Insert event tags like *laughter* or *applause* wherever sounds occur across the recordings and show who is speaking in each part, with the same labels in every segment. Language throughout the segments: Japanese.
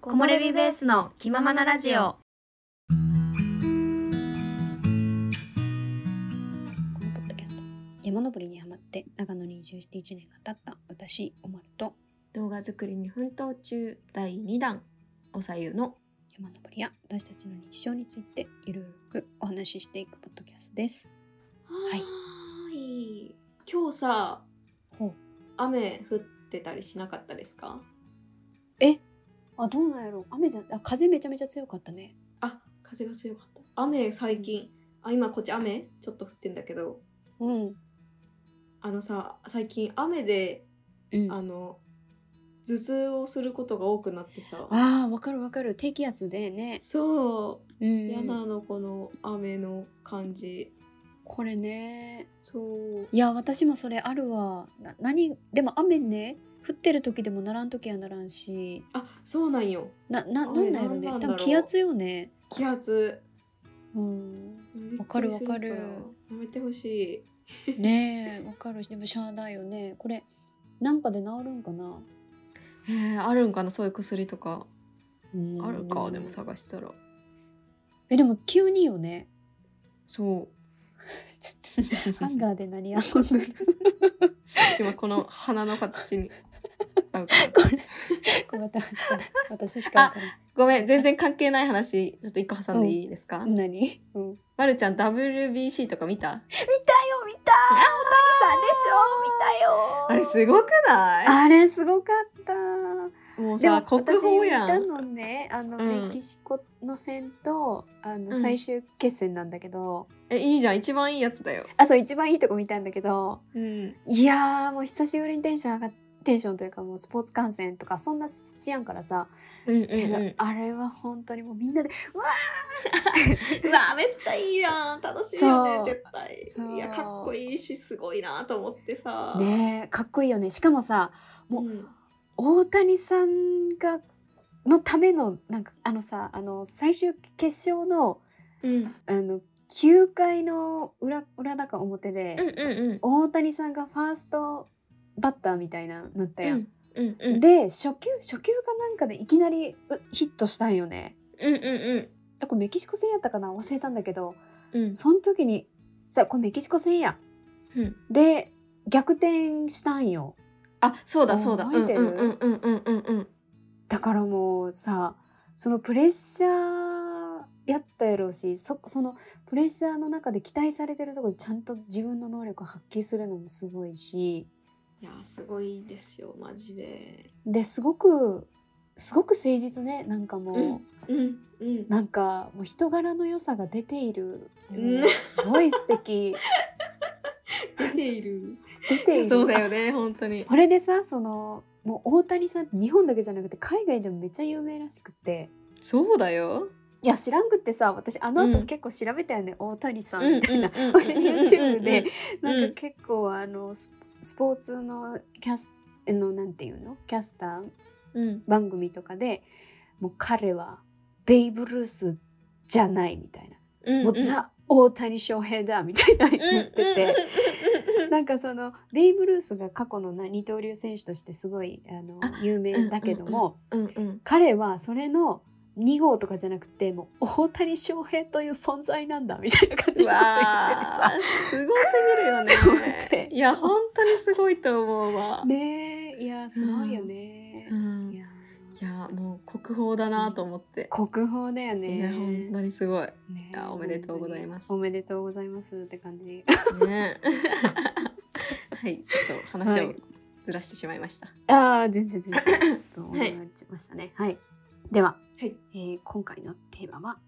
Speaker 1: 木漏れ日ベースの気ままなラジオ
Speaker 2: このポッドキャスト山登りにハマって長野に移住して1年が経った私おまると
Speaker 1: 動画作りに奮闘中第2弾おさゆの
Speaker 2: 山登りや私たちの日常についてゆるくお話ししていくポッドキャストですい
Speaker 1: はい今日さ
Speaker 2: ほう
Speaker 1: 雨降ってたりしなかったですか
Speaker 2: あどうなんやろ雨じゃあ風めちゃめちゃ強かったね
Speaker 1: あ風が強かった雨最近あ今こっち雨ちょっと降ってんだけど
Speaker 2: うん
Speaker 1: あのさ最近雨で
Speaker 2: うん
Speaker 1: あ
Speaker 2: あ
Speaker 1: の頭痛をすることが多くなってさ
Speaker 2: あーわかるわかる低気圧でね
Speaker 1: そううや
Speaker 2: ん
Speaker 1: なのこの雨の感じ
Speaker 2: これね
Speaker 1: そう
Speaker 2: いや私もそれあるわな何でも雨ね降ってる時でもならん時はならんし
Speaker 1: あそうなんよ
Speaker 2: ななな
Speaker 1: 雨
Speaker 2: んだろね
Speaker 1: なんなんだ
Speaker 2: 多
Speaker 1: ろう
Speaker 2: 分気圧よね
Speaker 1: 気圧
Speaker 2: うん
Speaker 1: わ
Speaker 2: わかるわかる
Speaker 1: やめてほし
Speaker 2: ねえわかるしでもしゃあないよねこれなんかで治るんかな、
Speaker 1: いへあるんかなそういう薬とか
Speaker 2: うん
Speaker 1: あるかでも探したら
Speaker 2: えでも急によね
Speaker 1: そう
Speaker 2: ちょっとハンガーで何遊 *laughs* んでる
Speaker 1: 今この鼻の形に合うかな
Speaker 2: これこれまた私しかわから
Speaker 1: ごめん全然関係ない話ちょっと一個挟んでいいですか、
Speaker 2: ない何うん見
Speaker 1: まるちゃん WBC とか見た
Speaker 2: たよ見た
Speaker 1: あ
Speaker 2: 大谷さん
Speaker 1: れ
Speaker 2: でしょ見た
Speaker 1: す
Speaker 2: よ
Speaker 1: ごくな
Speaker 2: あれすごかった
Speaker 1: いもう
Speaker 2: で
Speaker 1: さ
Speaker 2: も
Speaker 1: 国
Speaker 2: 私
Speaker 1: 宝
Speaker 2: 見
Speaker 1: や
Speaker 2: た
Speaker 1: ん
Speaker 2: のねあの、
Speaker 1: うん
Speaker 2: メキシコの戦とあの
Speaker 1: ん
Speaker 2: 最終決戦なんだけど、
Speaker 1: えいいじゃん一番いいやつだよ
Speaker 2: あそう一番いいとこ見たんだけど
Speaker 1: うん
Speaker 2: いやーもう久しぶりにテンション上がっテンションというかもうスポーツ観戦とかそんなしやんからさ、
Speaker 1: うんうん
Speaker 2: けど
Speaker 1: うん
Speaker 2: あれは本当にもうみんなで *laughs* 「うわー!」っつって
Speaker 1: うわめっちゃいいやん楽しいよ
Speaker 2: そ
Speaker 1: ね
Speaker 2: う
Speaker 1: 絶対いや
Speaker 2: そう
Speaker 1: かっこいいしすごいなと思ってさ
Speaker 2: ねえかっこいいよねしかもさもう
Speaker 1: うん
Speaker 2: 大谷さんがのためのなんかあのさあの最終決勝の
Speaker 1: うん
Speaker 2: あの9回の裏裏だか表で、
Speaker 1: うんうんうん
Speaker 2: 大谷さんがファーストバッターみたいななったやん。
Speaker 1: うんうんうん
Speaker 2: で初球初球かなんかでいきなりうヒットしたんよね。
Speaker 1: うんうん
Speaker 2: だからメキシコ戦やったかな忘れたんだけど
Speaker 1: うんうん
Speaker 2: その時にさこれメキシコ戦や
Speaker 1: うん
Speaker 2: で逆転したんよ
Speaker 1: あそうだそうだ
Speaker 2: 覚えてる
Speaker 1: うんうんうんうんうんうん
Speaker 2: だからもうさそのプレッシャーやったやろうしそそのプレッシャーの中で期待されてるところでちゃんと自分の能力を発揮するのもすごいし
Speaker 1: いやすごいですよマジで
Speaker 2: ですごくすごく誠実ねなんかもう、
Speaker 1: んうんうん
Speaker 2: なんかもう人柄の良さが出ている、
Speaker 1: うん
Speaker 2: もうすごい素敵
Speaker 1: 出ている
Speaker 2: 出ている
Speaker 1: そうだよね本当に
Speaker 2: これでさそのもう大谷さんって日本だけじゃなくて海外でもめっちゃ有名らしくて
Speaker 1: そうだよ
Speaker 2: いや知らんくってさ私あの後
Speaker 1: うん
Speaker 2: 結構調べたよね、大谷さ
Speaker 1: うん
Speaker 2: んみたい *laughs* な、
Speaker 1: うんうんうん
Speaker 2: YouTube で
Speaker 1: うん
Speaker 2: なんか結構あのススポーツのキャスのなんていうのキャスター
Speaker 1: うん
Speaker 2: 番組とかでもう彼はベイブ・ルースじゃないみたいな、
Speaker 1: うん
Speaker 2: もうザ・大谷翔平だみたいな
Speaker 1: うん
Speaker 2: 言ってて。なんかそのベイブ・ルースが過去のな二刀流選手としてすごいあの
Speaker 1: あ
Speaker 2: 有名だけども、
Speaker 1: うんうんうん
Speaker 2: 彼はそれの2号とかじゃなくてもう大谷翔平という存在なんだみたいな感じ
Speaker 1: う
Speaker 2: のこと
Speaker 1: わ
Speaker 2: 言ってて
Speaker 1: ー
Speaker 2: さ。
Speaker 1: すごすぎるよ *laughs*
Speaker 2: と思って
Speaker 1: ねいや本当にすごいと思うわ、
Speaker 2: ねえいやすごいよね
Speaker 1: う。ん、
Speaker 2: い
Speaker 1: い
Speaker 2: や
Speaker 1: やもう国宝だなと思って、
Speaker 2: 国宝だよ
Speaker 1: いや本
Speaker 2: ね。
Speaker 1: 当にすごい
Speaker 2: ね
Speaker 1: いやおめでとうございます
Speaker 2: おめでとうございますって感じ。 *laughs*
Speaker 1: ねはいちょっと話をずらしてしまいました、
Speaker 2: ああ全然全然ちょっとお願いしました
Speaker 1: *laughs*
Speaker 2: ね。はい、では、
Speaker 1: はい
Speaker 2: えー今回のテーマは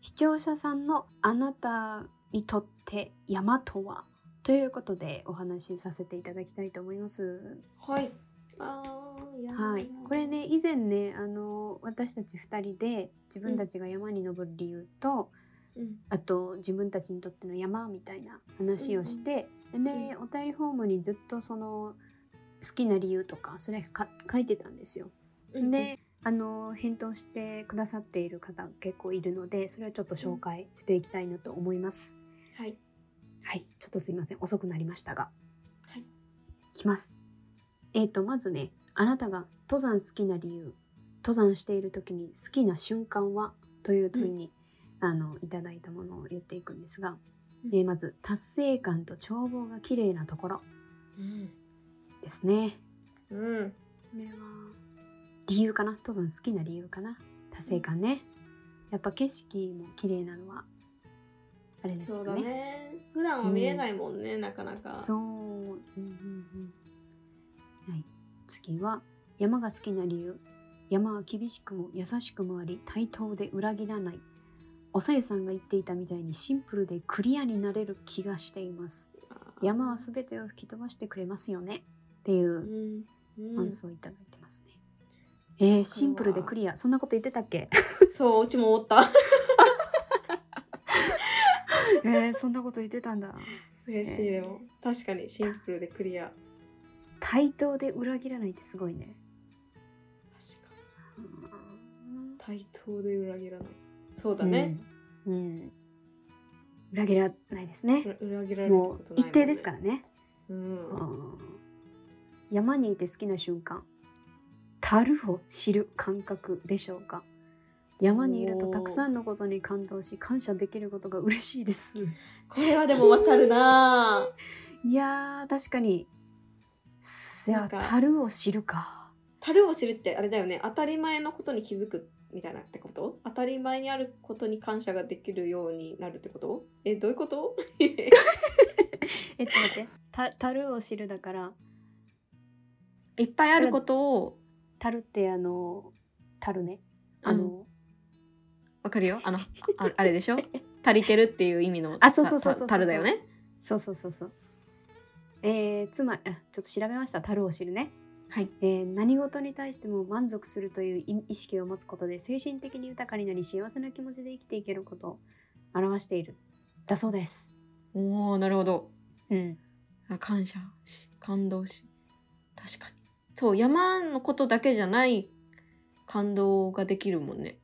Speaker 2: 視聴者さんのあなたにとって山とはということでお話しさせていただきたいと思います。
Speaker 1: はい。ああ、や
Speaker 2: はい、これ。ね以前ねあの私たち2人で自分たちが山に登る理由と、
Speaker 1: うん。
Speaker 2: あと自分たちにとっての山みたいな話をして、でね、お便りフォームにずっとその好きな理由とかそれか書いてたんですよ。
Speaker 1: うん、
Speaker 2: であの返答してくださっている方結構いるのでそれをちょっと紹介していきたいなと思います。
Speaker 1: はい。
Speaker 2: はいちょっとすいません遅くなりましたが。
Speaker 1: はい。
Speaker 2: きます。えっ、とまずねあなたが登山好きな理由登山している時に好きな瞬間はという問いに、あのいただいたものを言っていくんですが、
Speaker 1: うん
Speaker 2: えーまず達成感と眺望が綺麗なところ
Speaker 1: うん
Speaker 2: ですね。
Speaker 1: うん
Speaker 2: これは理由かな登山好きな理由かな達成感ね、やっぱ景色も綺麗なのはあれです
Speaker 1: そう
Speaker 2: よ
Speaker 1: だ
Speaker 2: ね
Speaker 1: ね普段は見れないもんね、なかなか
Speaker 2: そううんうんうんはい次は山が好きな理由山は厳しくも優しくもあり対等で裏切らないおさゆさんが言っていたみたいにシンプルでクリアになれる気がしています山は全てを吹き飛ばしてくれますよねっていう、
Speaker 1: うんうん
Speaker 2: 感、想をいただいてますね。えーシンプルでクリア。そんなこと言ってたっけ
Speaker 1: そううちも思った
Speaker 2: えーそんなこと言ってたんだ。
Speaker 1: 嬉しいでも確かにシンプルでクリア
Speaker 2: 対等で裏切らないってすごいね。
Speaker 1: 確かに対等で裏切らないそうだ
Speaker 2: うん
Speaker 1: ね、。
Speaker 2: うん。裏切らないですね。
Speaker 1: う裏切られる
Speaker 2: も
Speaker 1: こ
Speaker 2: う
Speaker 1: とないもんね
Speaker 2: 一定ですからね。
Speaker 1: うん
Speaker 2: うん山にいて好きな瞬間。たるを知る感覚でしょうか。山にいるとたくさんのことに感動し感謝できることが嬉しいです。
Speaker 1: これはでもわかるない
Speaker 2: やー確かに。い
Speaker 1: な
Speaker 2: や
Speaker 1: んか
Speaker 2: 樽を知るか。
Speaker 1: 樽を知るってあれだよね当たり前のことに気づくみたいなってこと当たり前にあることに感謝ができるようになるってことえどういうこと
Speaker 2: えっと待って。た樽を知るだから
Speaker 1: いっぱいあることを
Speaker 2: 樽ってあの樽ね。あの、
Speaker 1: わかるよあの *laughs* ああれでしょ足りてるっていう意味の
Speaker 2: あそうそうそうそうそう
Speaker 1: たた樽だよね
Speaker 2: そうそうそうそう。えー、つまりあちょっと調べました樽を知るね。
Speaker 1: はい
Speaker 2: えー何事に対しても満足するという意意識を持つことで精神的に豊かになり幸せな気持ちで生きていけることを表しているだそうです。
Speaker 1: おおなるほど
Speaker 2: うん。
Speaker 1: あ感謝し感動し確かにそう山のことだけじゃない感動ができるもんね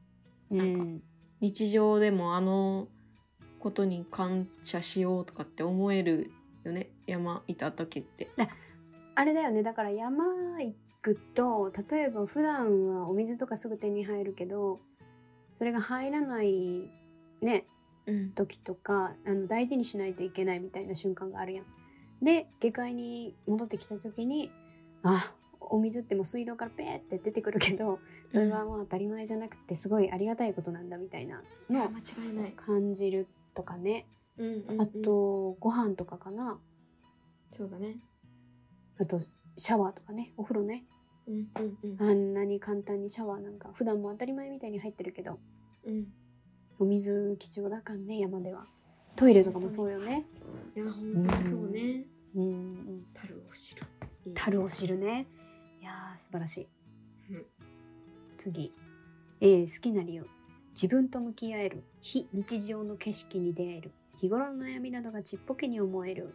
Speaker 1: なんか
Speaker 2: うん
Speaker 1: 日常でもあのことに感謝しようとかって思えるよね山いた時って
Speaker 2: あれだよねだから山行くと例えば普段はお水とかすぐ手に入るけどそれが入らないね
Speaker 1: うん
Speaker 2: 時とかあの大事にしないといけないみたいな瞬間があるやん。で下界に戻ってきた時にあお水ってもう水道からペーって出てくるけどそれはもう当たり前じゃなくてすごいありがたいことなんだみたいなのを
Speaker 1: 違いな、
Speaker 2: 感じるとかね
Speaker 1: うんうんうん
Speaker 2: あとご飯とかかな
Speaker 1: そうだね
Speaker 2: あとシャワーとかねお風呂ね
Speaker 1: うんうんうん
Speaker 2: あんなに簡単にシャワーなんか普段も当たり前みたいに入ってるけど
Speaker 1: うん
Speaker 2: お水貴重だからね山ではトイレとかもそうよね
Speaker 1: いや本当にそうね
Speaker 2: うんうん
Speaker 1: 樽を知る
Speaker 2: 樽を知るねいやー素晴らしい、
Speaker 1: うん
Speaker 2: 次、えー好きな理由自分と向き合える非日常の景色に出会える日頃の悩みなどがちっぽけに思える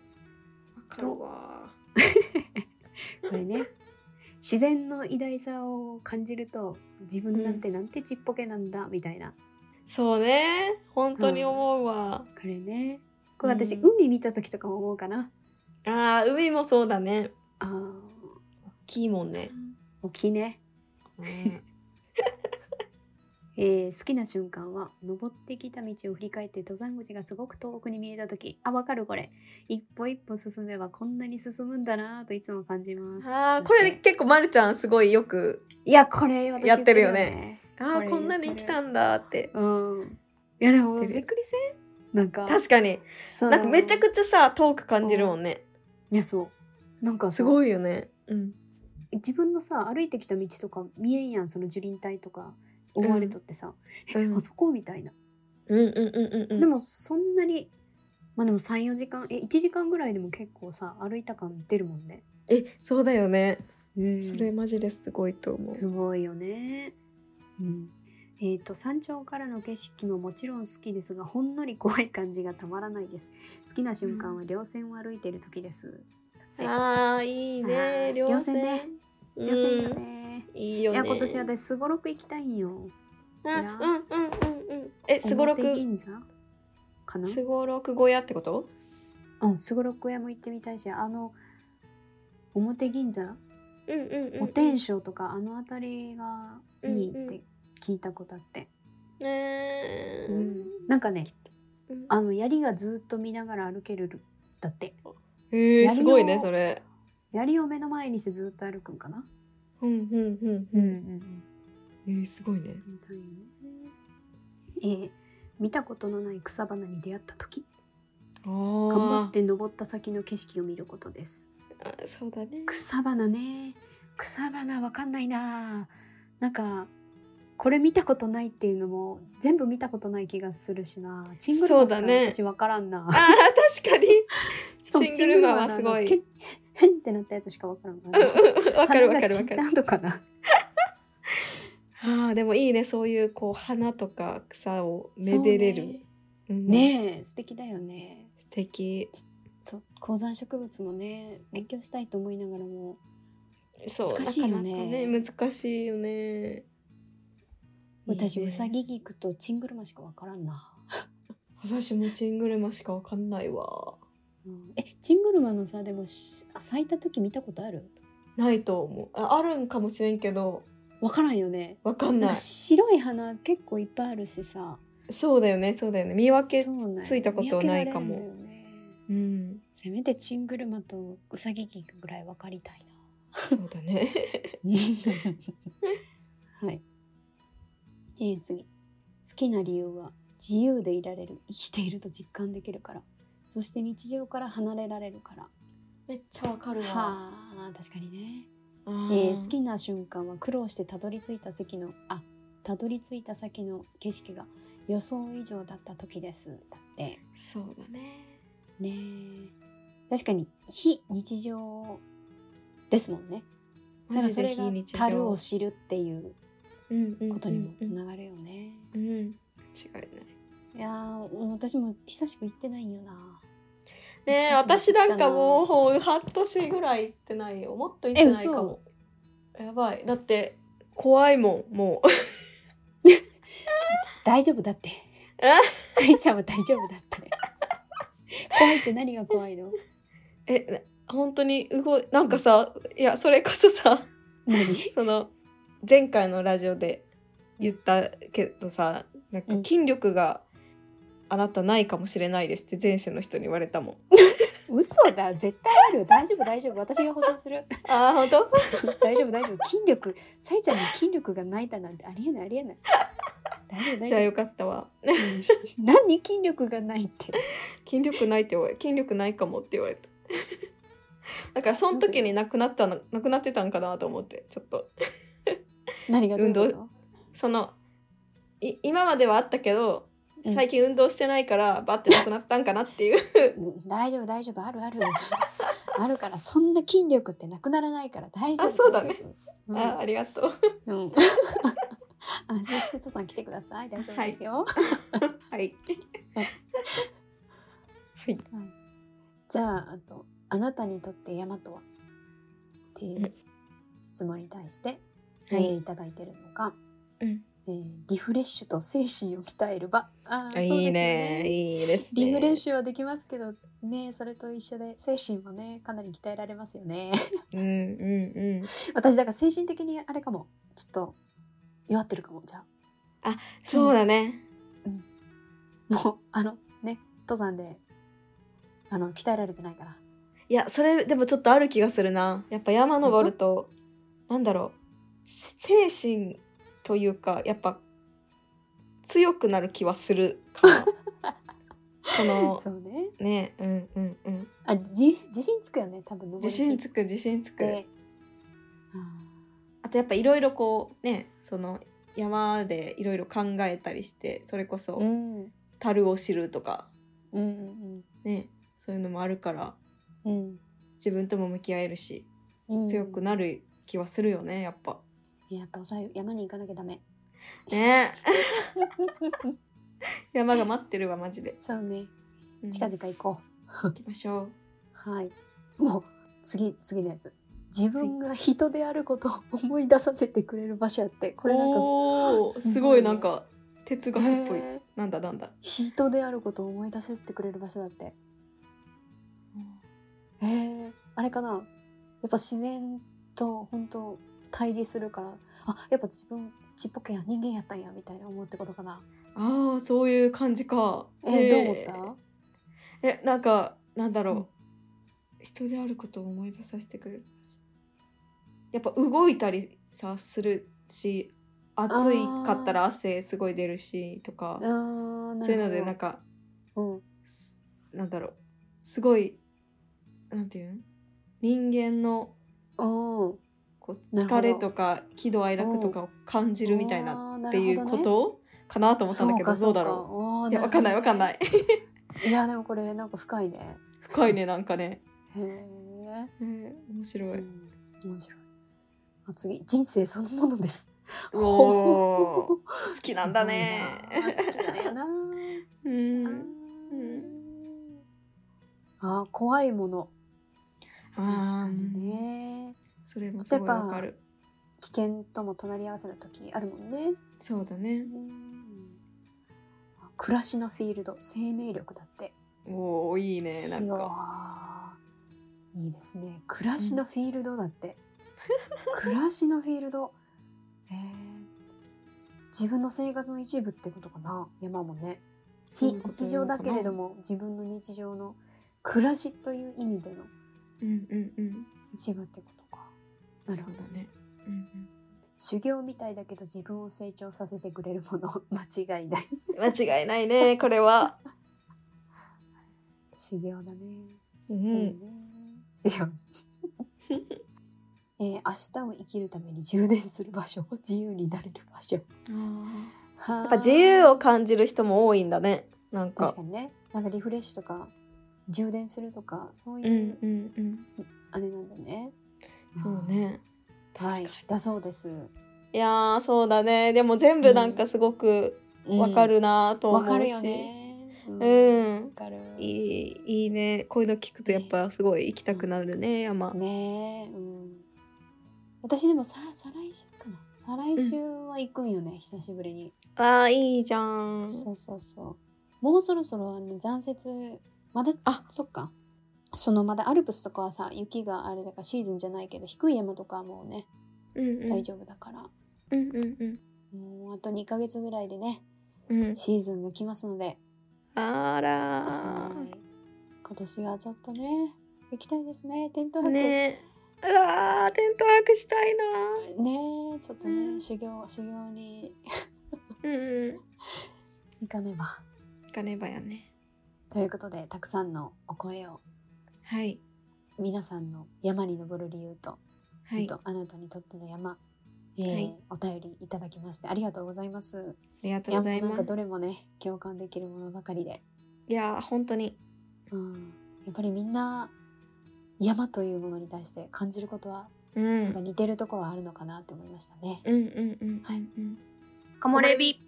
Speaker 1: わかるわ
Speaker 2: こ
Speaker 1: *laughs*
Speaker 2: れね自然の偉大さを感じると自分なんてなんてちっぽけなんだ、みたいな
Speaker 1: そうね本当に思うわ、
Speaker 2: これねこれ私、
Speaker 1: うん
Speaker 2: 海見た時とかも思うかな
Speaker 1: あー海もそうだね
Speaker 2: あー
Speaker 1: 大きいもんね、
Speaker 2: 大きいね、
Speaker 1: ね
Speaker 2: えー好きな瞬間は登ってきた道を振り返って登山口がすごく遠くに見えた時あわかるこれ一歩一歩進めばこんなに進むんだなぁといつも感じます
Speaker 1: あーこれ結構まるちゃんすごいよく
Speaker 2: いやこれ私
Speaker 1: やってるよね
Speaker 2: 言っ
Speaker 1: あ
Speaker 2: てこ
Speaker 1: あ
Speaker 2: れ
Speaker 1: こんなに生きたんだって
Speaker 2: るよねうんいやでも
Speaker 1: やってる
Speaker 2: びっくりせんなんか
Speaker 1: 確かに
Speaker 2: その
Speaker 1: なんかめちゃくちゃさ遠く感じるもんね
Speaker 2: いやそうなんか
Speaker 1: す
Speaker 2: い
Speaker 1: ごいよねうん
Speaker 2: 自分のさ歩いてきた道とか見えんやんその樹林帯とか思われとってさ、
Speaker 1: うん
Speaker 2: あそこみたいな
Speaker 1: うんうんうんうん
Speaker 2: でもそんなにまあでも34時間え1時間ぐらいでも結構さ歩いた感出るもんね。
Speaker 1: えそうだよね
Speaker 2: うん
Speaker 1: それマジですごいと思う
Speaker 2: すごいよね。うん、えっ、と山頂からの景色ももちろん好きですがほんのり怖い感じがたまらないです。好きな瞬間は稜線を歩いている時です。
Speaker 1: あーいい
Speaker 2: あ
Speaker 1: ね
Speaker 2: ー
Speaker 1: 稜線
Speaker 2: 稜線ね
Speaker 1: うん
Speaker 2: 稜線だね。
Speaker 1: いいよ
Speaker 2: い
Speaker 1: ね
Speaker 2: や今年私すごろく行きたいんよ。
Speaker 1: う
Speaker 2: こち
Speaker 1: んう
Speaker 2: ら
Speaker 1: んうんうんうんえすごろく
Speaker 2: 表銀座かな
Speaker 1: すごろく小屋ってこと
Speaker 2: うん、すごろく屋も行ってみたいし、あの、表銀座
Speaker 1: うんうんうん
Speaker 2: お天章とかあの辺りがいいって聞いたことあって、
Speaker 1: ねえ、
Speaker 2: うんなんかねあの槍がずっと見ながら歩けるだって
Speaker 1: へえ
Speaker 2: やり
Speaker 1: す
Speaker 2: よう
Speaker 1: ごいねそれ
Speaker 2: 槍を目の前にしてずっと歩くんかな
Speaker 1: うんうんうん
Speaker 2: うん
Speaker 1: うんえー、すごいね
Speaker 2: みたいねえー見たことのない草花に出会った時
Speaker 1: あ
Speaker 2: 頑張
Speaker 1: ー
Speaker 2: って登った先の景色を見ることです
Speaker 1: あそうだね
Speaker 2: 草花ね草花わかんないななんかこれ見たことないっていうのも全部見たことない気がするしなチングルマしか
Speaker 1: そうだね
Speaker 2: 私わからんな
Speaker 1: あー確か *laughs* に
Speaker 2: しかも
Speaker 1: チングルマはすごい
Speaker 2: チングルマのあのけんへんってなったやつしかわからんな
Speaker 1: うんうんわかるわかるわかる
Speaker 2: 花が散ったとかな
Speaker 1: あーでもいいねそういうこう花とか草をめでれる
Speaker 2: そうね
Speaker 1: うん
Speaker 2: ねえ素敵だよね
Speaker 1: 素敵
Speaker 2: と高山植物もね勉強したいと思いながらも
Speaker 1: そう
Speaker 2: 難しいよ
Speaker 1: な
Speaker 2: ね
Speaker 1: かなかね難しいよね
Speaker 2: 私
Speaker 1: いいね
Speaker 2: うさぎ菊とチングルマしかわからんな、
Speaker 1: 私もチングルマしかわかんないわ
Speaker 2: うんえチングルマのさでもし咲いた時見たことある
Speaker 1: ないと思うああるんかもしれんけど
Speaker 2: わからんよね
Speaker 1: わかん
Speaker 2: なん
Speaker 1: ない
Speaker 2: か白い花結構いっぱいあるしさ
Speaker 1: そうだよねそうだよね見分け
Speaker 2: そうなんよ
Speaker 1: ついたことはないかも
Speaker 2: 見分けられんのよね
Speaker 1: うん
Speaker 2: せめてチングルマとうさぎ菊ぐらいわかりたいな
Speaker 1: そうだね
Speaker 2: *laughs* はい。えー次。好きな理由は自由でいられる、生きていると実感できるから、そして日常から離れられるから。
Speaker 1: めっちゃわかるわ、
Speaker 2: はあ、確かにね。
Speaker 1: え
Speaker 2: えー好きな瞬間は苦労してたどり着いた先の、あ、たどり着いた先の景色が予想以上だった時です。だって。
Speaker 1: そうだね
Speaker 2: ねえ確かに非日常ですもんね。だからそれが樽を知るっていうことにもつ
Speaker 1: が
Speaker 2: ながるよね。
Speaker 1: る、うん違いない
Speaker 2: いやー私も久しく行ってないんよな。
Speaker 1: ねえ
Speaker 2: 行ったこと
Speaker 1: 私なんかもう半年ぐらい行ってないよもっと行ってないかもやばいだって怖いもんもう *laughs*
Speaker 2: *laughs* 大丈夫だ *laughs* って。
Speaker 1: え
Speaker 2: さいちゃんは大丈夫だって。 *laughs* 怖いって何が怖いの
Speaker 1: えな本当に動いなんかさいやそれこそさ *laughs*
Speaker 2: 何
Speaker 1: その前回のラジオで言ったけどさなんか
Speaker 2: うん
Speaker 1: 筋力があなたないかもしれないですって前世の人に言われたもん。
Speaker 2: 嘘だ絶対あるよ大丈夫大丈夫私が保証する
Speaker 1: あ本当
Speaker 2: *laughs* 大丈夫大丈夫筋力さいちゃんに筋力がないだなんてありえないありえない大丈夫大
Speaker 1: じゃあ
Speaker 2: 丈
Speaker 1: よかったわ。
Speaker 2: 夫何筋力がないって
Speaker 1: 筋力ないって言われ筋力ないかもって言われ
Speaker 2: *laughs*
Speaker 1: た。だからその時になくなったのなくなってたんかなと思ってちょっと
Speaker 2: 何がどういうこと、
Speaker 1: そのい今まではあったけど
Speaker 2: うん
Speaker 1: 最近運動してないからバッてなくなったんかなっていう
Speaker 2: うん大丈夫大丈夫あるあ *laughs* るあるからそんな筋力ってなくならないから大丈夫
Speaker 1: あそうだね
Speaker 2: 大丈夫 *laughs* うん
Speaker 1: あありがとう
Speaker 2: うん。 *laughs* 安心して父さん来てください。大丈夫ですよ。
Speaker 1: *laughs* はいはい
Speaker 2: じゃあ、あと、あなたにとって山とはってい
Speaker 1: うん
Speaker 2: う質問に対して、
Speaker 1: はい
Speaker 2: えーいただいてるのが、
Speaker 1: うん
Speaker 2: えーリフレッシュと精神を鍛える場。あー
Speaker 1: いい
Speaker 2: そうですよ
Speaker 1: ね
Speaker 2: ね
Speaker 1: いいですね
Speaker 2: リフレッシュはできますけど、ね、それと一緒で精神もね、かなり鍛えられますよね。
Speaker 1: うんうんうん
Speaker 2: 私、だから精神的にあれかも。ちょっと弱ってるかも、じゃあ。 *laughs*
Speaker 1: そうだね。
Speaker 2: もう、あの、ね、登山で、あの、鍛えられてないから。
Speaker 1: いや、それでもちょっとある気がするな。やっぱ山登ると、なんだろう、せ精神というか、やっぱ強くなる気はする
Speaker 2: *laughs*
Speaker 1: かな。その
Speaker 2: そうね。
Speaker 1: ね、うんうんうん。
Speaker 2: あ、じ、自信つくよね、多分登
Speaker 1: 自信つく自信つ
Speaker 2: っ
Speaker 1: く。
Speaker 2: て。あ
Speaker 1: あとやっぱいろいろこうね、その山でいろいろ考えたりして、それこ
Speaker 2: ーう
Speaker 1: そ
Speaker 2: ん。うん
Speaker 1: 樽を知るとか、
Speaker 2: うん
Speaker 1: ね、そういうのもあるから、
Speaker 2: うん。うん
Speaker 1: 自分とも向き合えるし、
Speaker 2: うん。
Speaker 1: 強くなる気はするよね、やっぱ。
Speaker 2: いや。やっぱさ、山に行かなきゃダメ。
Speaker 1: ね山が待ってるわマジで、
Speaker 2: *laughs* そうね。
Speaker 1: うん
Speaker 2: 近々行こ
Speaker 1: 行きましょ
Speaker 2: う。はい。お、次、次のやつ。自分が人であることを思い出させてくれる場所やって、こ
Speaker 1: う
Speaker 2: れなんか。
Speaker 1: おー
Speaker 2: すご
Speaker 1: *laughs*
Speaker 2: いね
Speaker 1: すごいなんか哲学っぽい、
Speaker 2: へー
Speaker 1: なんだなんだ
Speaker 2: 人であることを思い出させてくれる場所だって。へえあれかなやっぱ自然と本当対峙するからあやっぱ自分ちっぽけや人間やったんやみたいな思うってことかな
Speaker 1: ああそういう感じか。ね
Speaker 2: えどう思った
Speaker 1: えなんかなんだろう、人であることを思い出させてくれるやっぱ動いたりさするし暑いかったら汗すごい出るしとか
Speaker 2: あーなるほど
Speaker 1: そういうのでなんか
Speaker 2: うん
Speaker 1: すなんだろうすごいなんていうん人間の
Speaker 2: おー
Speaker 1: こう
Speaker 2: なるほど
Speaker 1: 疲れとか喜怒哀楽とかを感じるみたいな
Speaker 2: あー
Speaker 1: っ
Speaker 2: な
Speaker 1: て
Speaker 2: るほどね
Speaker 1: いうことかなと思ったんだけどどうだろ
Speaker 2: ろ
Speaker 1: ういやわかんないわかんないい
Speaker 2: いやでもこれなんか深いね
Speaker 1: 深いねなんかね、
Speaker 2: へえ
Speaker 1: えー面白
Speaker 2: う
Speaker 1: い。
Speaker 2: ん面白いあ次人生そのものです
Speaker 1: お
Speaker 2: *laughs*
Speaker 1: ー
Speaker 2: 好
Speaker 1: 好きなんだね。
Speaker 2: 好きなんやな *laughs*
Speaker 1: う
Speaker 2: あ
Speaker 1: ん。
Speaker 2: ー
Speaker 1: うん
Speaker 2: あー怖いもの確
Speaker 1: あ
Speaker 2: か
Speaker 1: ー
Speaker 2: に。ね
Speaker 1: それもすごいわかる。
Speaker 2: 危険とも隣り合わせの時あるもんね
Speaker 1: そうだね
Speaker 2: う。んあ暮らしのフィールド生命力だって
Speaker 1: おおいいねなん
Speaker 2: いや
Speaker 1: か。
Speaker 2: ーいいですね暮らしのフィールドだって、暮らしのフィールドえー、自分の生活の一部ってことかな山もね
Speaker 1: そうい
Speaker 2: 非
Speaker 1: うこと
Speaker 2: 日常だけれども自分の日常の暮らしという意味での
Speaker 1: うんうんうん。
Speaker 2: 一部ってことか
Speaker 1: そ
Speaker 2: な
Speaker 1: う
Speaker 2: る
Speaker 1: だ
Speaker 2: ほど
Speaker 1: ね。うん
Speaker 2: 修行みたいだけど自分を成長させてくれるもの *laughs* 間違いない
Speaker 1: うん間違いない
Speaker 2: *laughs*
Speaker 1: ねこれは。
Speaker 2: 修行だね
Speaker 1: う
Speaker 2: いいね
Speaker 1: ん。
Speaker 2: 違う *laughs* えー明日を生きるために充電する場所 *laughs* 自由になれる場所
Speaker 1: あー
Speaker 2: や
Speaker 1: やっぱ自由を感じる人も多いんだね。なんか
Speaker 2: 確。かにねなんかリフレッシュとか充電するとかそう
Speaker 1: う
Speaker 2: い
Speaker 1: ん
Speaker 2: う
Speaker 1: うんうん。
Speaker 2: あれなんだね、
Speaker 1: そうね。確
Speaker 2: は
Speaker 1: かに
Speaker 2: い。だそうです
Speaker 1: いやーそうだね。でも全部なんかすごくわかるなーと
Speaker 2: うん
Speaker 1: 思う
Speaker 2: わ
Speaker 1: し。
Speaker 2: かるよねうん
Speaker 1: うん
Speaker 2: わ。かる
Speaker 1: いいいいねこういうの聞くとやっぱすごい行きたくなるね山
Speaker 2: ねえ、うん、私でもさ再来週かな再来週は行くんよね、久しぶりに
Speaker 1: あーいいじゃん
Speaker 2: そうそうそう。もうそろそろあの残雪まだあそっか。そのまだアルプスとかはさ雪があれだからシーズンじゃないけど低い山とかはもうね
Speaker 1: うんうん
Speaker 2: 大丈夫だから、
Speaker 1: うんうん
Speaker 2: もうあと2ヶ月ぐらいでね
Speaker 1: うんうん
Speaker 2: シーズンが来ますので、
Speaker 1: あら
Speaker 2: はい今年はちょっとね行きたいですねテント
Speaker 1: ー
Speaker 2: 泊ね
Speaker 1: ねうわーテントワークしたいな
Speaker 2: えちょっとね、
Speaker 1: うん
Speaker 2: 修行修行に
Speaker 1: ーうん
Speaker 2: 行かねば
Speaker 1: 行かねばやね
Speaker 2: ということでたくさんのお声を
Speaker 1: はい
Speaker 2: 皆さんの山に登る理由と
Speaker 1: は
Speaker 2: えっ
Speaker 1: いあ
Speaker 2: とあなたにとっての山、えー
Speaker 1: はい
Speaker 2: お便りいただきましてありがとうございます。
Speaker 1: りがとうござい
Speaker 2: やもうな
Speaker 1: ま
Speaker 2: んか
Speaker 1: す
Speaker 2: どれもね共感できるものばかりで、
Speaker 1: いやー本当に
Speaker 2: うん、やっぱりみんな山というものに対して感じることは
Speaker 1: うん
Speaker 2: なんか似てるところはあるのかなって思いましたね。
Speaker 1: うんうんうん
Speaker 2: はい
Speaker 1: うん
Speaker 2: 木
Speaker 1: 漏れ
Speaker 2: 日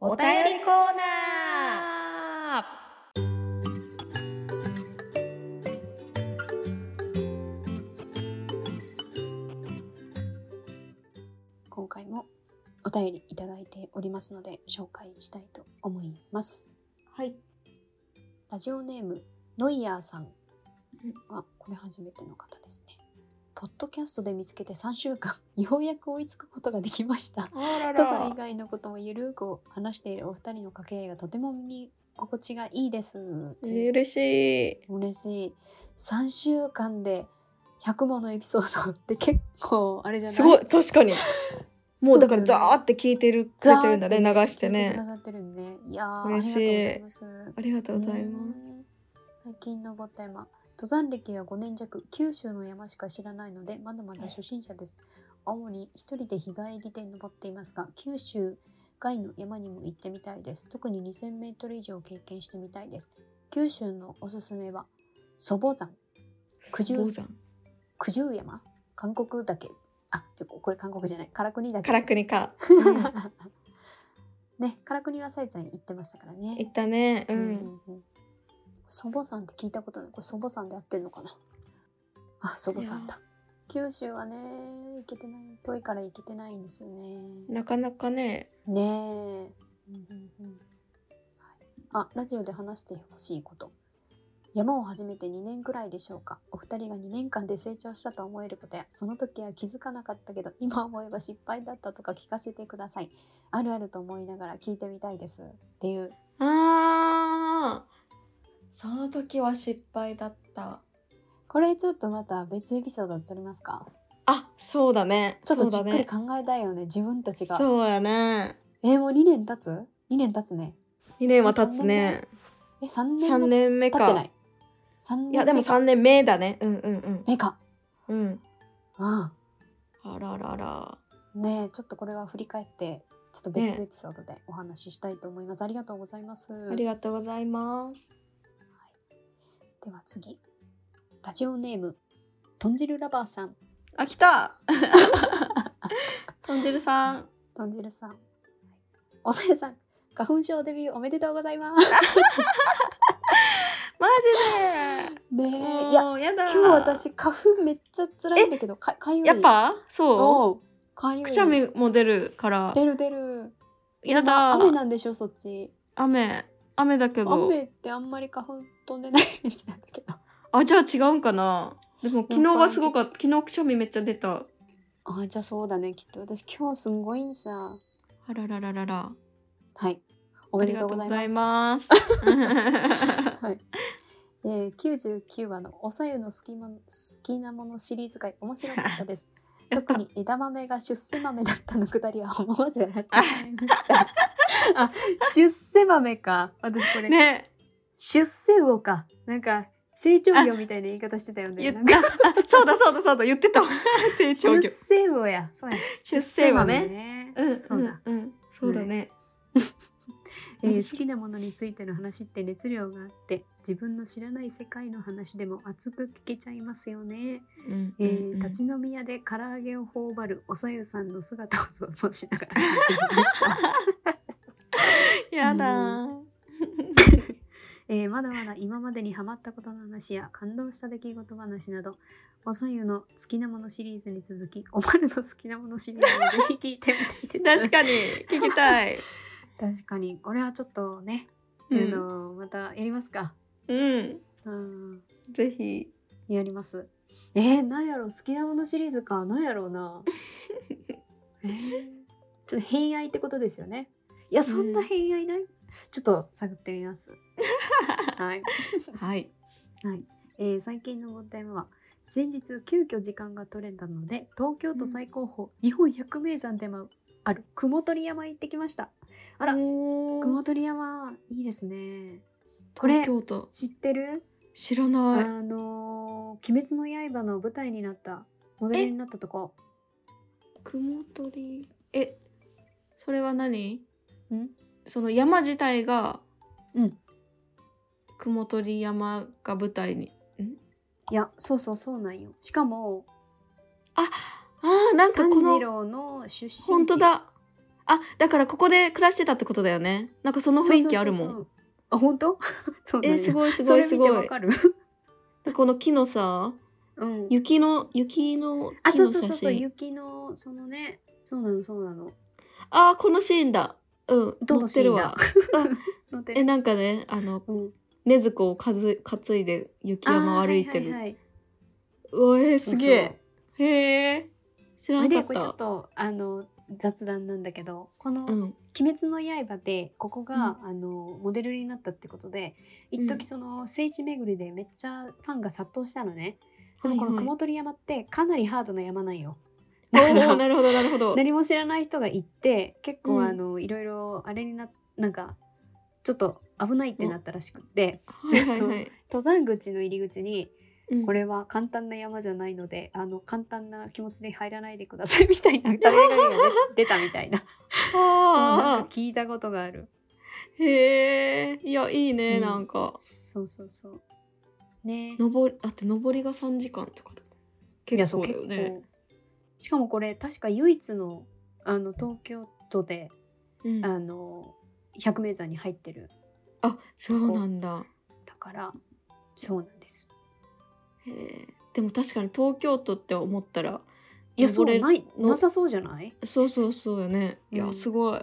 Speaker 1: お便りコーナー
Speaker 2: 今回もお便りいただいておりますので紹介したいと思います。
Speaker 1: はい
Speaker 2: ラジオネームノイヤーさん
Speaker 1: うん
Speaker 2: はこれ初めての方ですね。ポッドキャストで見つけて3週間ようやく追いつくことができました。
Speaker 1: あら
Speaker 2: 登山以
Speaker 1: ら
Speaker 2: 外のこともゆるく話しているお二人の掛け合いがとても耳心地がいいです。
Speaker 1: えー嬉しい
Speaker 2: 嬉しい。3週間で100ものエピソードって結構あれじゃない
Speaker 1: すごい確かにもうだから
Speaker 2: そ
Speaker 1: ザ
Speaker 2: よ
Speaker 1: ー
Speaker 2: ね
Speaker 1: って聞いてるくれてるんだね流して
Speaker 2: 聞いて
Speaker 1: ね
Speaker 2: くださってるんでね。いやー
Speaker 1: 嬉しい
Speaker 2: ありがとうございます。
Speaker 1: ありがとうございうます
Speaker 2: ん最近登った山、登山歴は5年弱、九州の山しか知らないので、まだまだ初心者です。主に一人で日帰りで登っていますが、九州外の山にも行ってみたいです。特に2000メートル以上経験してみたいです。九州のおすすめは、祖母山、九十
Speaker 1: 宝山
Speaker 2: 九十山、韓国岳、あ、ちょこれ韓国じゃない、唐国岳。
Speaker 1: カラクニか、うん、 *laughs*
Speaker 2: ね、カラクニはさえちゃん行ってましたからね
Speaker 1: 行。ったねう、
Speaker 2: うんんうんうん。祖母さんって聞いたことない。これ祖母さんでやってんのかな。あ、祖母さんだ。九州はね、行けてない。遠いから行けてないんですよね。
Speaker 1: なかなかね
Speaker 2: ねえ。うんうんうんはいあラジオで話してほしいこと山を始めて2年くらいでしょうかお二人が2年間で成長したと思えることやその時は気づかなかったけど今思えば失敗だったとか聞かせてくださいあるあると思いながら聞いてみたいですっていう
Speaker 1: あーその時は失敗だった
Speaker 2: これちょっとまた別エピソードで撮りますか
Speaker 1: あそうだね
Speaker 2: ちょっとじ
Speaker 1: そ
Speaker 2: っ
Speaker 1: うだ
Speaker 2: く
Speaker 1: ね
Speaker 2: り考えたいよね自分たちが
Speaker 1: そうやね
Speaker 2: えーもう2年経つ ?2 年経つね
Speaker 1: 2年は経つね
Speaker 2: え3年
Speaker 1: 3
Speaker 2: も経っ
Speaker 1: 年目
Speaker 2: て
Speaker 1: か
Speaker 2: ない3年
Speaker 1: いやでも
Speaker 2: 目か
Speaker 1: 3年目だねうんうん
Speaker 2: 目か
Speaker 1: うんうん
Speaker 2: あ
Speaker 1: あららら
Speaker 2: あねえちょっとこれは振り返ってちょっと別エピソードでお話ししたいと思います、ありがとうございます
Speaker 1: ありがとうございます
Speaker 2: では次ラジオネーム豚汁ラバーさん
Speaker 1: あ来 *laughs* たトンジルさん
Speaker 2: 豚汁さんおさやさん花粉症デビューおめでとうございます
Speaker 1: マジで
Speaker 2: ねえいや
Speaker 1: もうやだ
Speaker 2: 今日私花粉めっちゃ辛いんだけどかかゆい
Speaker 1: やっぱそう
Speaker 2: おうかゆい
Speaker 1: くしゃみも出るから
Speaker 2: 出る出る
Speaker 1: やだ
Speaker 2: 雨なんでしょそっち
Speaker 1: 雨雨だけど
Speaker 2: 雨ってあんまり花粉飛んでないイメージなんだけど
Speaker 1: あじゃあ違うんかなでも昨日がすごかった昨日くしゃみめっちゃ出た
Speaker 2: *laughs* あじゃあそうだねきっと私今日すんごいんさ
Speaker 1: あららららら
Speaker 2: はいお
Speaker 1: お
Speaker 2: めでとうございます
Speaker 1: ます
Speaker 2: はいえー、99話の「おさゆの好き,、好きなものシリーズ会」面白かったです *laughs* 特に枝豆が出世豆だったのくだりは思わず笑ってしまいましたあ出世豆か私こ
Speaker 1: *laughs*
Speaker 2: れ、
Speaker 1: ね
Speaker 2: 出世魚かなんか成長魚みたいな言い方してたよね
Speaker 1: 言っ
Speaker 2: な
Speaker 1: た
Speaker 2: んか
Speaker 1: *laughs* そうだそうだそうだ言ってた *laughs* 成長
Speaker 2: 出
Speaker 1: 業
Speaker 2: 世魚やそうや
Speaker 1: 出世は
Speaker 2: 出世
Speaker 1: ね
Speaker 2: ね
Speaker 1: うん
Speaker 2: そうだ、
Speaker 1: うんうんそうだ *laughs* ね
Speaker 2: え
Speaker 1: *laughs*
Speaker 2: ー好きなものについての話って熱量があって自分の知らない世界の話でも熱く聞けちゃいますよね、
Speaker 1: うん
Speaker 2: え
Speaker 1: う
Speaker 2: ー
Speaker 1: んうん
Speaker 2: 立ち飲み屋で唐揚げを頬張るおさゆさんの姿を想像しながら聞いてみました、
Speaker 1: やだ
Speaker 2: う
Speaker 1: ー
Speaker 2: *laughs* えーまだまだ今までにハマったことの話や感動した出来事話などおさゆの好きなものシリーズに続きおまるの好きなものシリーズもぜひ聞いてみたいです
Speaker 1: 確かに聞きたい
Speaker 2: 確かにこれはちょっとね、
Speaker 1: *laughs* う
Speaker 2: あ
Speaker 1: ん
Speaker 2: のまたやりますか
Speaker 1: うん
Speaker 2: うん
Speaker 1: ぜひ
Speaker 2: やります。えー、なんやろ好きなものシリーズかなんやろ
Speaker 1: *laughs*
Speaker 2: うな。えー、ちょっと偏愛ってことですよね。いやそんな偏愛ない、ちょっと探って
Speaker 1: *laughs*
Speaker 2: みます。はい。
Speaker 1: はい
Speaker 2: えー最近のごテーマは先日急遽時間が取れたので東京都最高峰、日本百名山でもある雲取山行ってきました。あら雲
Speaker 1: こ
Speaker 2: 取山いいですね。これ
Speaker 1: 京都
Speaker 2: 知ってる？
Speaker 1: 知らない
Speaker 2: あのー鬼滅の刃」の舞台になったモデルになったとこ
Speaker 1: 雲取りえそれは何
Speaker 2: ん
Speaker 1: その山自体が
Speaker 2: うん
Speaker 1: 雲取山が舞台に
Speaker 2: いやそうそうそうなんよしかも
Speaker 1: あーなんか
Speaker 2: 炭
Speaker 1: こ
Speaker 2: 治
Speaker 1: の
Speaker 2: 郎の出身地
Speaker 1: 本当だあだからここで暮らしてたってことだよねなんかその雰囲気あるも
Speaker 2: そう
Speaker 1: ん
Speaker 2: そうそうあ本当 *laughs* そうな
Speaker 1: え
Speaker 2: んや
Speaker 1: すごいす
Speaker 2: そ
Speaker 1: ご
Speaker 2: れ
Speaker 1: い
Speaker 2: 見
Speaker 1: す
Speaker 2: て
Speaker 1: ご
Speaker 2: わ
Speaker 1: い
Speaker 2: かる、
Speaker 1: この木のさ
Speaker 2: うん、
Speaker 1: 雪の雪の
Speaker 2: あ
Speaker 1: 木
Speaker 2: そう
Speaker 1: の
Speaker 2: そうそう
Speaker 1: 写
Speaker 2: そう
Speaker 1: 真
Speaker 2: 雪のそのねそうなのそうなの
Speaker 1: あーこのシーンだうん
Speaker 2: ど
Speaker 1: 乗
Speaker 2: の
Speaker 1: っ
Speaker 2: シ
Speaker 1: て
Speaker 2: ー
Speaker 1: る
Speaker 2: ンだ
Speaker 1: わ
Speaker 2: 乗って
Speaker 1: え
Speaker 2: る
Speaker 1: なんかねあの
Speaker 2: うん
Speaker 1: 禰豆子をかず担いで雪山を歩いてる
Speaker 2: あーはははい、
Speaker 1: うわえーすげ
Speaker 2: そう
Speaker 1: えへえ知ら
Speaker 2: それ
Speaker 1: な
Speaker 2: でこれち
Speaker 1: か
Speaker 2: ょ
Speaker 1: っ
Speaker 2: ったとあの雑談なんだけどこの、
Speaker 1: うん
Speaker 2: 鬼滅の刃でここが、あのモデルになったってことで一時その聖地巡りでめっちゃファンが殺到したのね、でもこの
Speaker 1: はいはい
Speaker 2: 雲取山ってかなりハードな山なんよ
Speaker 1: *laughs* お
Speaker 2: だから
Speaker 1: ーなるほどなるほど
Speaker 2: 何も知らない人が行って結
Speaker 1: う
Speaker 2: 構
Speaker 1: ん
Speaker 2: あの、いろいろあれにななんかちょっと危ないってなったらしくって
Speaker 1: はいはいはい、
Speaker 2: 登山口の入り口に
Speaker 1: うん
Speaker 2: これは簡単な山じゃないのであの簡単な気持ちで入らないでくださいみたいな誰が
Speaker 1: *laughs*
Speaker 2: 出たみたいななん
Speaker 1: あ
Speaker 2: か聞いたことがある。
Speaker 1: ーへえいやいいね、
Speaker 2: うん
Speaker 1: なんか
Speaker 2: そうそうそう。ね
Speaker 1: 登りあって登りが3時間ってこと
Speaker 2: いや
Speaker 1: 結
Speaker 2: そう
Speaker 1: 構だよね
Speaker 2: 結構しかもこれ確か唯一のあの東京都で、
Speaker 1: うん
Speaker 2: あの百名山に入ってる
Speaker 1: あそうなんだ
Speaker 2: だからそうなんです。
Speaker 1: へえでも確かに東京都って思ったら
Speaker 2: いやそう
Speaker 1: 登れ
Speaker 2: ない
Speaker 1: の
Speaker 2: なさそうじゃない
Speaker 1: そうそうそうよねいや、
Speaker 2: うん
Speaker 1: すごい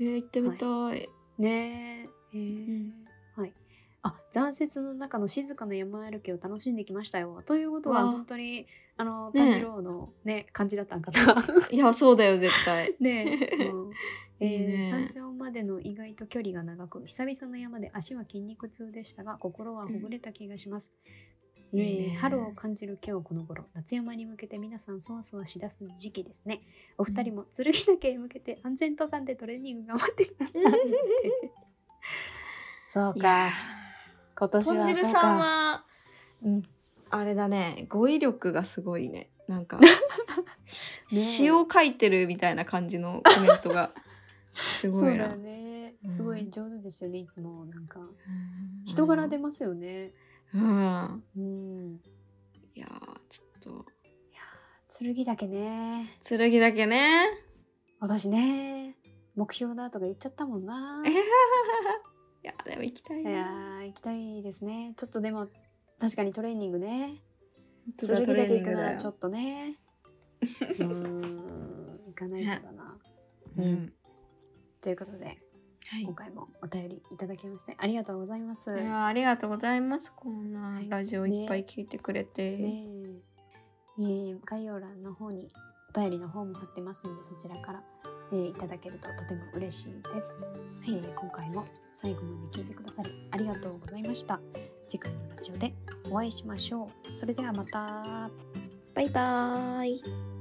Speaker 1: えー行ってみたい、
Speaker 2: ねええへーはい。あ、残雪の中の静かな山歩きを楽しんできましたよ。ということは、
Speaker 1: わあ
Speaker 2: 本当に、あの、
Speaker 1: ねえ
Speaker 2: 炭治郎のね、感じだったんかな。
Speaker 1: いやそうだよ絶 *laughs* 対
Speaker 2: ね *laughs* え。うんえ
Speaker 1: *laughs*
Speaker 2: ー
Speaker 1: いいね
Speaker 2: 山頂までの意外と距離が長く久々の山で足は筋肉痛でしたが心はほぐれた気がします、
Speaker 1: うん
Speaker 2: えー
Speaker 1: いいね
Speaker 2: 春を感じる今日この頃夏山に向けて皆さんそわそわしだす時期ですねお二人も剣岳へ向けて安全登山でトレーニング頑張っ
Speaker 1: *laughs*
Speaker 2: てくださいそう
Speaker 1: いや
Speaker 2: か今年
Speaker 1: トン
Speaker 2: は
Speaker 1: ネル
Speaker 2: そう
Speaker 1: さん
Speaker 2: か、
Speaker 1: は
Speaker 2: うん、
Speaker 1: あれだね語彙力がすごい *laughs* ねなんかし
Speaker 2: ねえ
Speaker 1: 詩を書いてるみたいな感じのコメントがす
Speaker 2: そう
Speaker 1: ご
Speaker 2: だ
Speaker 1: いな、
Speaker 2: よね
Speaker 1: うん
Speaker 2: すごい上手ですよねいつもなんか
Speaker 1: うん
Speaker 2: 人柄出ますよね
Speaker 1: うん
Speaker 2: うん
Speaker 1: いやーちょっ
Speaker 2: 剣岳ね
Speaker 1: と剣だけね
Speaker 2: 私ね目標だとか言っちゃったもんな
Speaker 1: え *laughs*
Speaker 2: い
Speaker 1: いやーでも行きたい
Speaker 2: や
Speaker 1: な
Speaker 2: ー行きたいですねちょっとでも確かにトレーニングね
Speaker 1: 本当だ
Speaker 2: 剣だけ行く
Speaker 1: トレーニング
Speaker 2: な
Speaker 1: だ
Speaker 2: ら
Speaker 1: よ
Speaker 2: ちょっ
Speaker 1: *laughs*
Speaker 2: とねうーん行かないとだな
Speaker 1: う
Speaker 2: うんということで
Speaker 1: はい
Speaker 2: 今回もお便りいただきましてありがとうございます
Speaker 1: いや
Speaker 2: ね
Speaker 1: ーありがとうございますこんなラジオ
Speaker 2: はい
Speaker 1: いっぱい聞いてくれて、
Speaker 2: ええー概要欄の方にお便りの方も貼ってますのでそちらから、えーいただけるととても嬉しいです、えー今回も最後まで聞いてくださりありがとうございました次回のラジオでお会いしましょうそれではまた
Speaker 1: バイバーイ